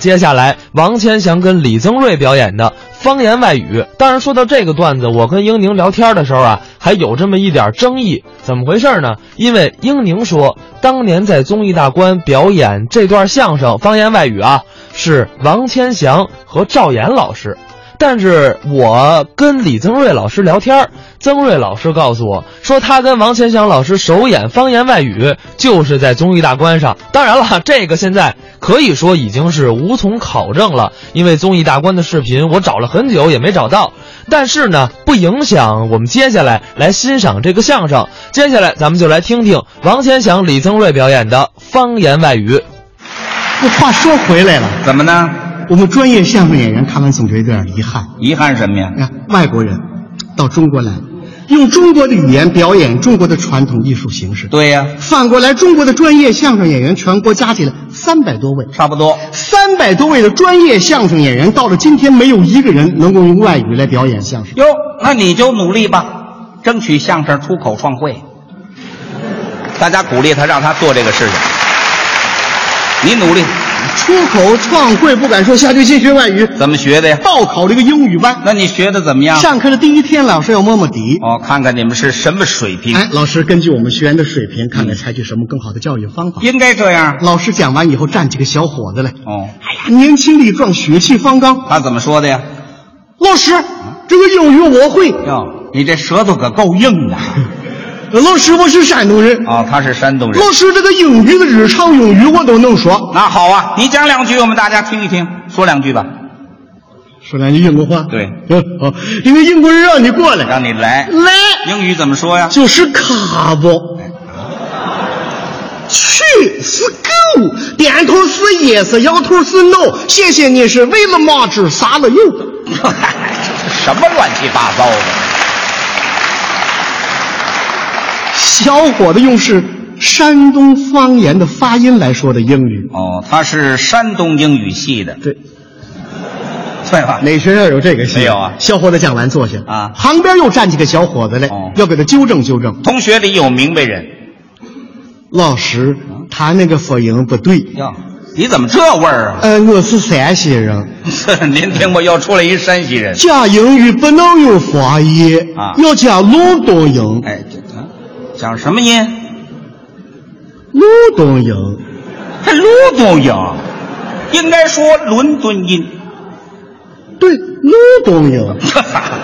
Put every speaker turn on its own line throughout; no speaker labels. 接下来，王千祥跟李增瑞表演的方言外语。当然，说到这个段子，我跟英宁聊天的时候啊，还有这么一点争议。怎么回事呢？因为英宁说，当年在综艺大观表演这段相声方言外语啊，是王千祥和赵岩老师。但是我跟李增瑞老师聊天儿，增瑞老师告诉我说，他跟王千祥老师首演方言外语就是在综艺大观上。当然了，这个现在可以说已经是无从考证了，因为综艺大观的视频我找了很久也没找到。但是呢，不影响我们接下来来欣赏这个相声。接下来咱们就来听听王千祥、李增瑞表演的方言外语。
那话说回来了，
怎么呢？
我们专业相声演员看完总觉得有点遗憾。
遗憾什么呀
你？看，外国人到中国来，用中国的语言表演中国的传统艺术形式。
对呀、
反过来，中国的专业相声演员全国加起来三百多位，
差不多。
三百多位的专业相声演员，到了今天，没有一个人能够用外语来表演相声。
哟，那你就努力吧，争取相声出口创汇。大家鼓励他，让他做这个事情。你努力，
出口创汇不敢说，下决心学外语，
怎么学的呀？
报考了一个英语班。
那你学的怎么样？
上课的第一天，老师要摸摸底。
哎哦，看看你们是什么水平。
哎，老师根据我们学员的水平，看看采取什么更好的教育方法。
应该这样。
老师讲完以后，站几个小伙子来，
哦，
哎呀，年轻力壮，血气方刚。
他怎么说的呀？
老师，这个英语我会。
哟，你这舌头可够硬的。
老师，我是山东人。
哦，他是山东人。
老师，这个英语的日常用语我都能说。
那好啊，你讲两句，我们大家听一听，说两句吧，
说两句英国话。
对啊
嗯，好，因为英国人让你过来，
让你来。
来
英语怎么说呀？
就是卡不。去是 go，点头是 yes，摇头是 no。谢谢你是为了嘛子啥了又。
什么乱七八糟的？
小伙子用是山东方言的发音来说的英语。
哦，他是山东英语系的，
对，
对吧？
哪学校有这个戏？
没有啊
小伙子讲完坐下
啊
旁边又站起个小伙子来，
哦
要给他纠正纠正。
同学里有明白人
老师，他那个发音不对。
哟，你怎么这味儿啊？
呃，我是山西人，
您听过又出来一山西人？
讲英语不能有方言
啊
要讲鲁东音，
哎，这啊讲什么音？
鲁东音。
这鲁东音，应该说伦敦音。
对，鲁东音。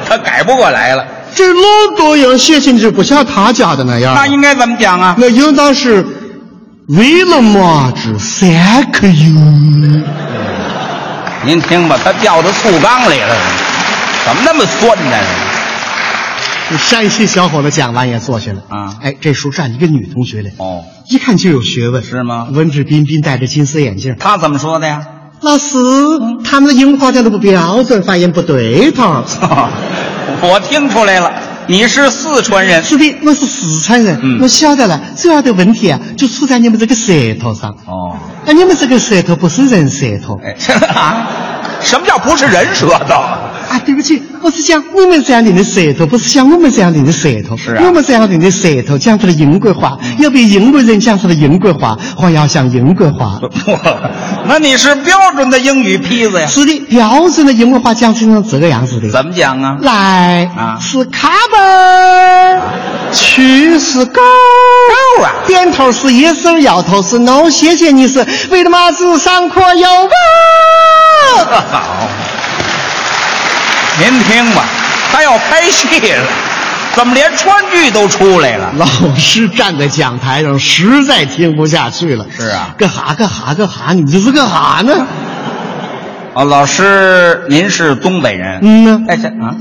他改不过来了，
这鲁东音写起来就不像他家的那样。
那应该怎么讲啊？
那应当是为了嘛子三个音。
您听吧，他掉到醋缸里了，怎么那么酸呢？
这山西小伙子讲完也坐下了
啊
哎，这时候站一个女同学来，
哦，
一看就有学问，
是吗
文质彬彬，戴着金丝眼镜。
他怎么说的呀？
老师，他们的樱花讲的不标准，发音不对头。
我听出来了，你是四川人。
是的，我是四川人，
嗯
我晓得了。主要的问题啊，就出在你们这个舌头上。
哦，
那你们这个舌头不是人舌头
哎， 这啊，什么叫不是人舌头？
啊！对不起，我是讲你们这样的人的舌头，不是像我们这样的人的舌头。
是啊嗯
我们这样的人的舌头讲出了英国话，要比英国人讲出了英国话，还要像英国话。
那你是标准的英语坯子呀？
是的，标准的英国话讲成这个样子的。
怎么讲啊？
来
啊
是卡本，去是狗，
狗啊
点头是 yes，摇头是 no。谢谢你是为了嘛子上课要问。
好，您听吧，他要开戏了，怎么连川剧都出来了？
老师站在讲台上，实在听不下去了。
是啊
干哈干哈干哈？你们这是干哈呢？
哦，老师，您是东北人？
嗯呢，
哎，这啊，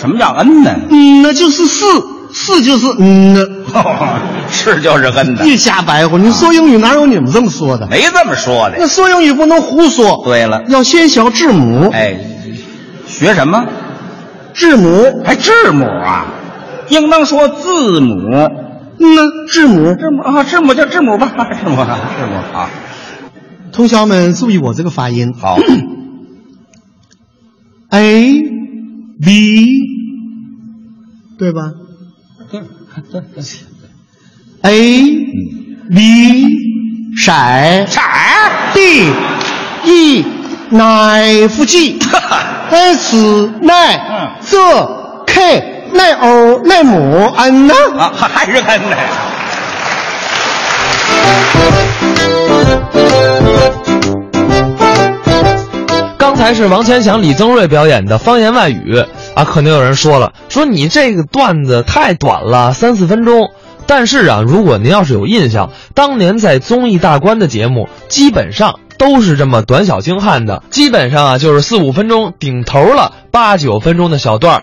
什么叫嗯呢？
嗯呢，就是是是就是嗯呢，
是就是嗯的，
别瞎白活。你说英语哪有你们这么说的？
没这么说的
那。说英语不能胡说。
哎对了
要先晓字 母。
哎，学什么？
字母，
还字母啊？应当说字母。
嗯呢，字母。
字母啊，字母叫字母吧， 字母啊，字母啊。
同学们注意我这个发音
好，
，a b，对吧？a b 色
彩
d 一乃夫记，n 此
嗯
乃这 k 乃欧乃母安呢？
啊，还是跟着。
刚才是王千祥、李增瑞表演的方言外语啊，可能有人说了，说你这个段子太短了，三四分钟。但是啊，如果您要是有印象，当年在综艺大观的节目，基本上都是这么短小精悍的，基本上啊就是四五分钟，顶头了八九分钟的小段儿